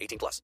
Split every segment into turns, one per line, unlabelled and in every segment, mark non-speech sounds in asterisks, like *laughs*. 18 plus.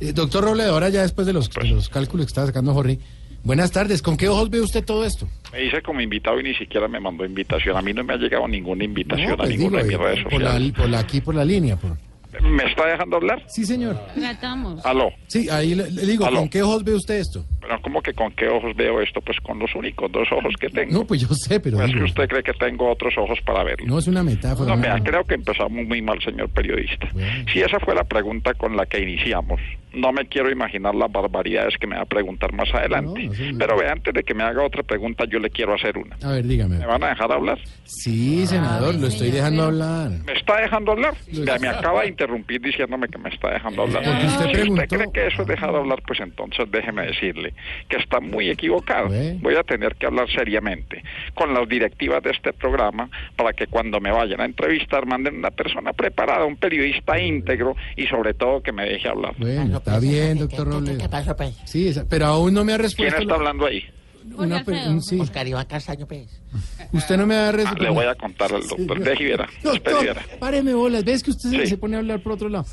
Eh, doctor Robledo, ahora ya después de los, de los cálculos que estaba sacando Jorge, buenas tardes. ¿Con qué ojos ve usted todo esto?
Me hice como invitado y ni siquiera me mandó invitación. A mí no me ha llegado ninguna invitación
No,
a
pues
ninguna
digo,
de mis
eh,
redes
por, la,
sociales.
por la- aquí, por la línea. por-
¿Me está dejando hablar?
Sí, señor.
Tratamos.
Ah,
Aló.
Sí, ahí le, le digo,
Aló.
¿con qué ojos ve usted esto?
Pero ¿cómo que con qué ojos veo esto? Pues con los únicos dos ojos que tengo.
No, pues yo sé, pero
¿Es que
digo,
usted cree que tengo otros ojos para verlo?
no es una metáfora.
No,
una-
vea, creo que empezamos muy mal, señor periodista.
Bueno.
Si esa fue la pregunta con la que iniciamos, no me quiero imaginar las barbaridades que me va a preguntar más adelante.
No, no, señor.
Pero vea, antes de que me haga otra pregunta, yo le quiero hacer una.
A ver, dígame.
¿Me van a dejar hablar?
Sí, senador, lo estoy dejando hablar.
¿Me está dejando hablar? Ya me acaba de interrumpir diciéndome que me está dejando hablar.
Porque usted
si usted
preguntó.
cree que eso es dejar hablar, pues entonces déjeme decirle que está muy equivocado.
Bueno.
Voy a tener que hablar seriamente con las directivas de este programa para que cuando me vayan a entrevistar manden una persona preparada, un periodista íntegro y sobre todo que me deje hablar.
Bueno, está bien, doctor Robledo.
¿Qué pasó, pues?
Sí, esa- pero aún no me ha
¿Quién
respuesto.
está hablando ahí?
una
Jorge
pre-
Alfredo.
sí.
Oscar Iván Castaño, pues.
Usted no me ha
Ah,
respuesto.
le voy a contar al doctor. Deje y verá. Espere y
*laughs* Doctor,
verá.
páreme bolas. ¿Ves que usted se-
Sí.
se pone a hablar por otro lado?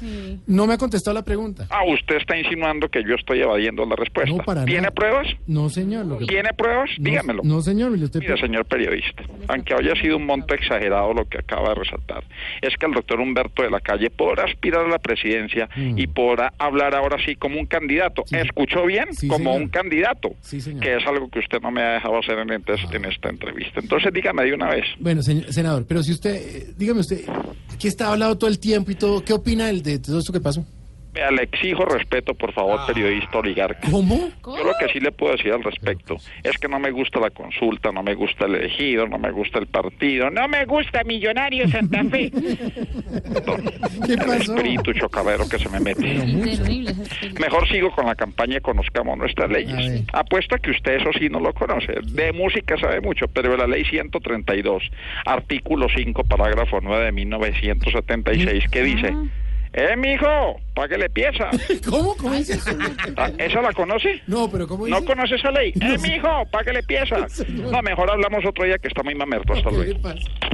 No me ha contestado la pregunta.
Ah, usted está insinuando que yo estoy evadiendo la respuesta.
No, para
¿Tiene
nada.
pruebas?
No, señor. Lo que...
¿Tiene pruebas?
No,
Dígamelo.
No, señor. le estoy-
Mire, señor periodista, aunque haya sido un monto exagerado lo que acaba de resaltar, es que el doctor Humberto de la Calle podrá aspirar a la presidencia y podrá hablar ahora sí como un candidato.
Mm. Sí.
¿Escuchó bien?
Sí,
como
señor.
un candidato,
Sí, señor. Ah.
que es algo que usted no me ha dejado hacer en, entes- en esta entrevista. Entonces dígame de una vez.
Bueno, señor, senador, pero si usted, eh, dígame usted, aquí está hablado todo el tiempo y todo, ¿qué opina el de todo esto que pasó?
Vea, le exijo respeto, por favor, periodista oligarca.
Ah. ¿Cómo?
*laughs*
pues,
Yo lo que sí le puedo decir al respecto es que no me gusta la consulta, no me gusta el elegido, no me gusta el partido, no me gusta Millonario Santa
*laughs*
Fe.
¿Qué
el
pasó?
espíritu chocadero que se me mete.
Terrible ese espíritu.
Mejor sigo con la campaña y Conozcamos Nuestras
A ver.
Leyes. Apuesto a que usted eso sí no lo conoce. De música sabe mucho, pero de la ley 132, artículo 5, parágrafo 9 de 1976, que dice... ¡Eh, mijo! ¡Páguele pieza!
¿Cómo? ¿Cómo dice eso?
Ah, ¿Esa la conoce?
No, pero ¿cómo dice?
¿No conoce esa ley? ¡Eh, mijo! ¡Páguele pieza!
*laughs* Señor.
No, mejor hablamos otro día que está muy mamerto. Hasta
¿Qué
luego.
le pasa?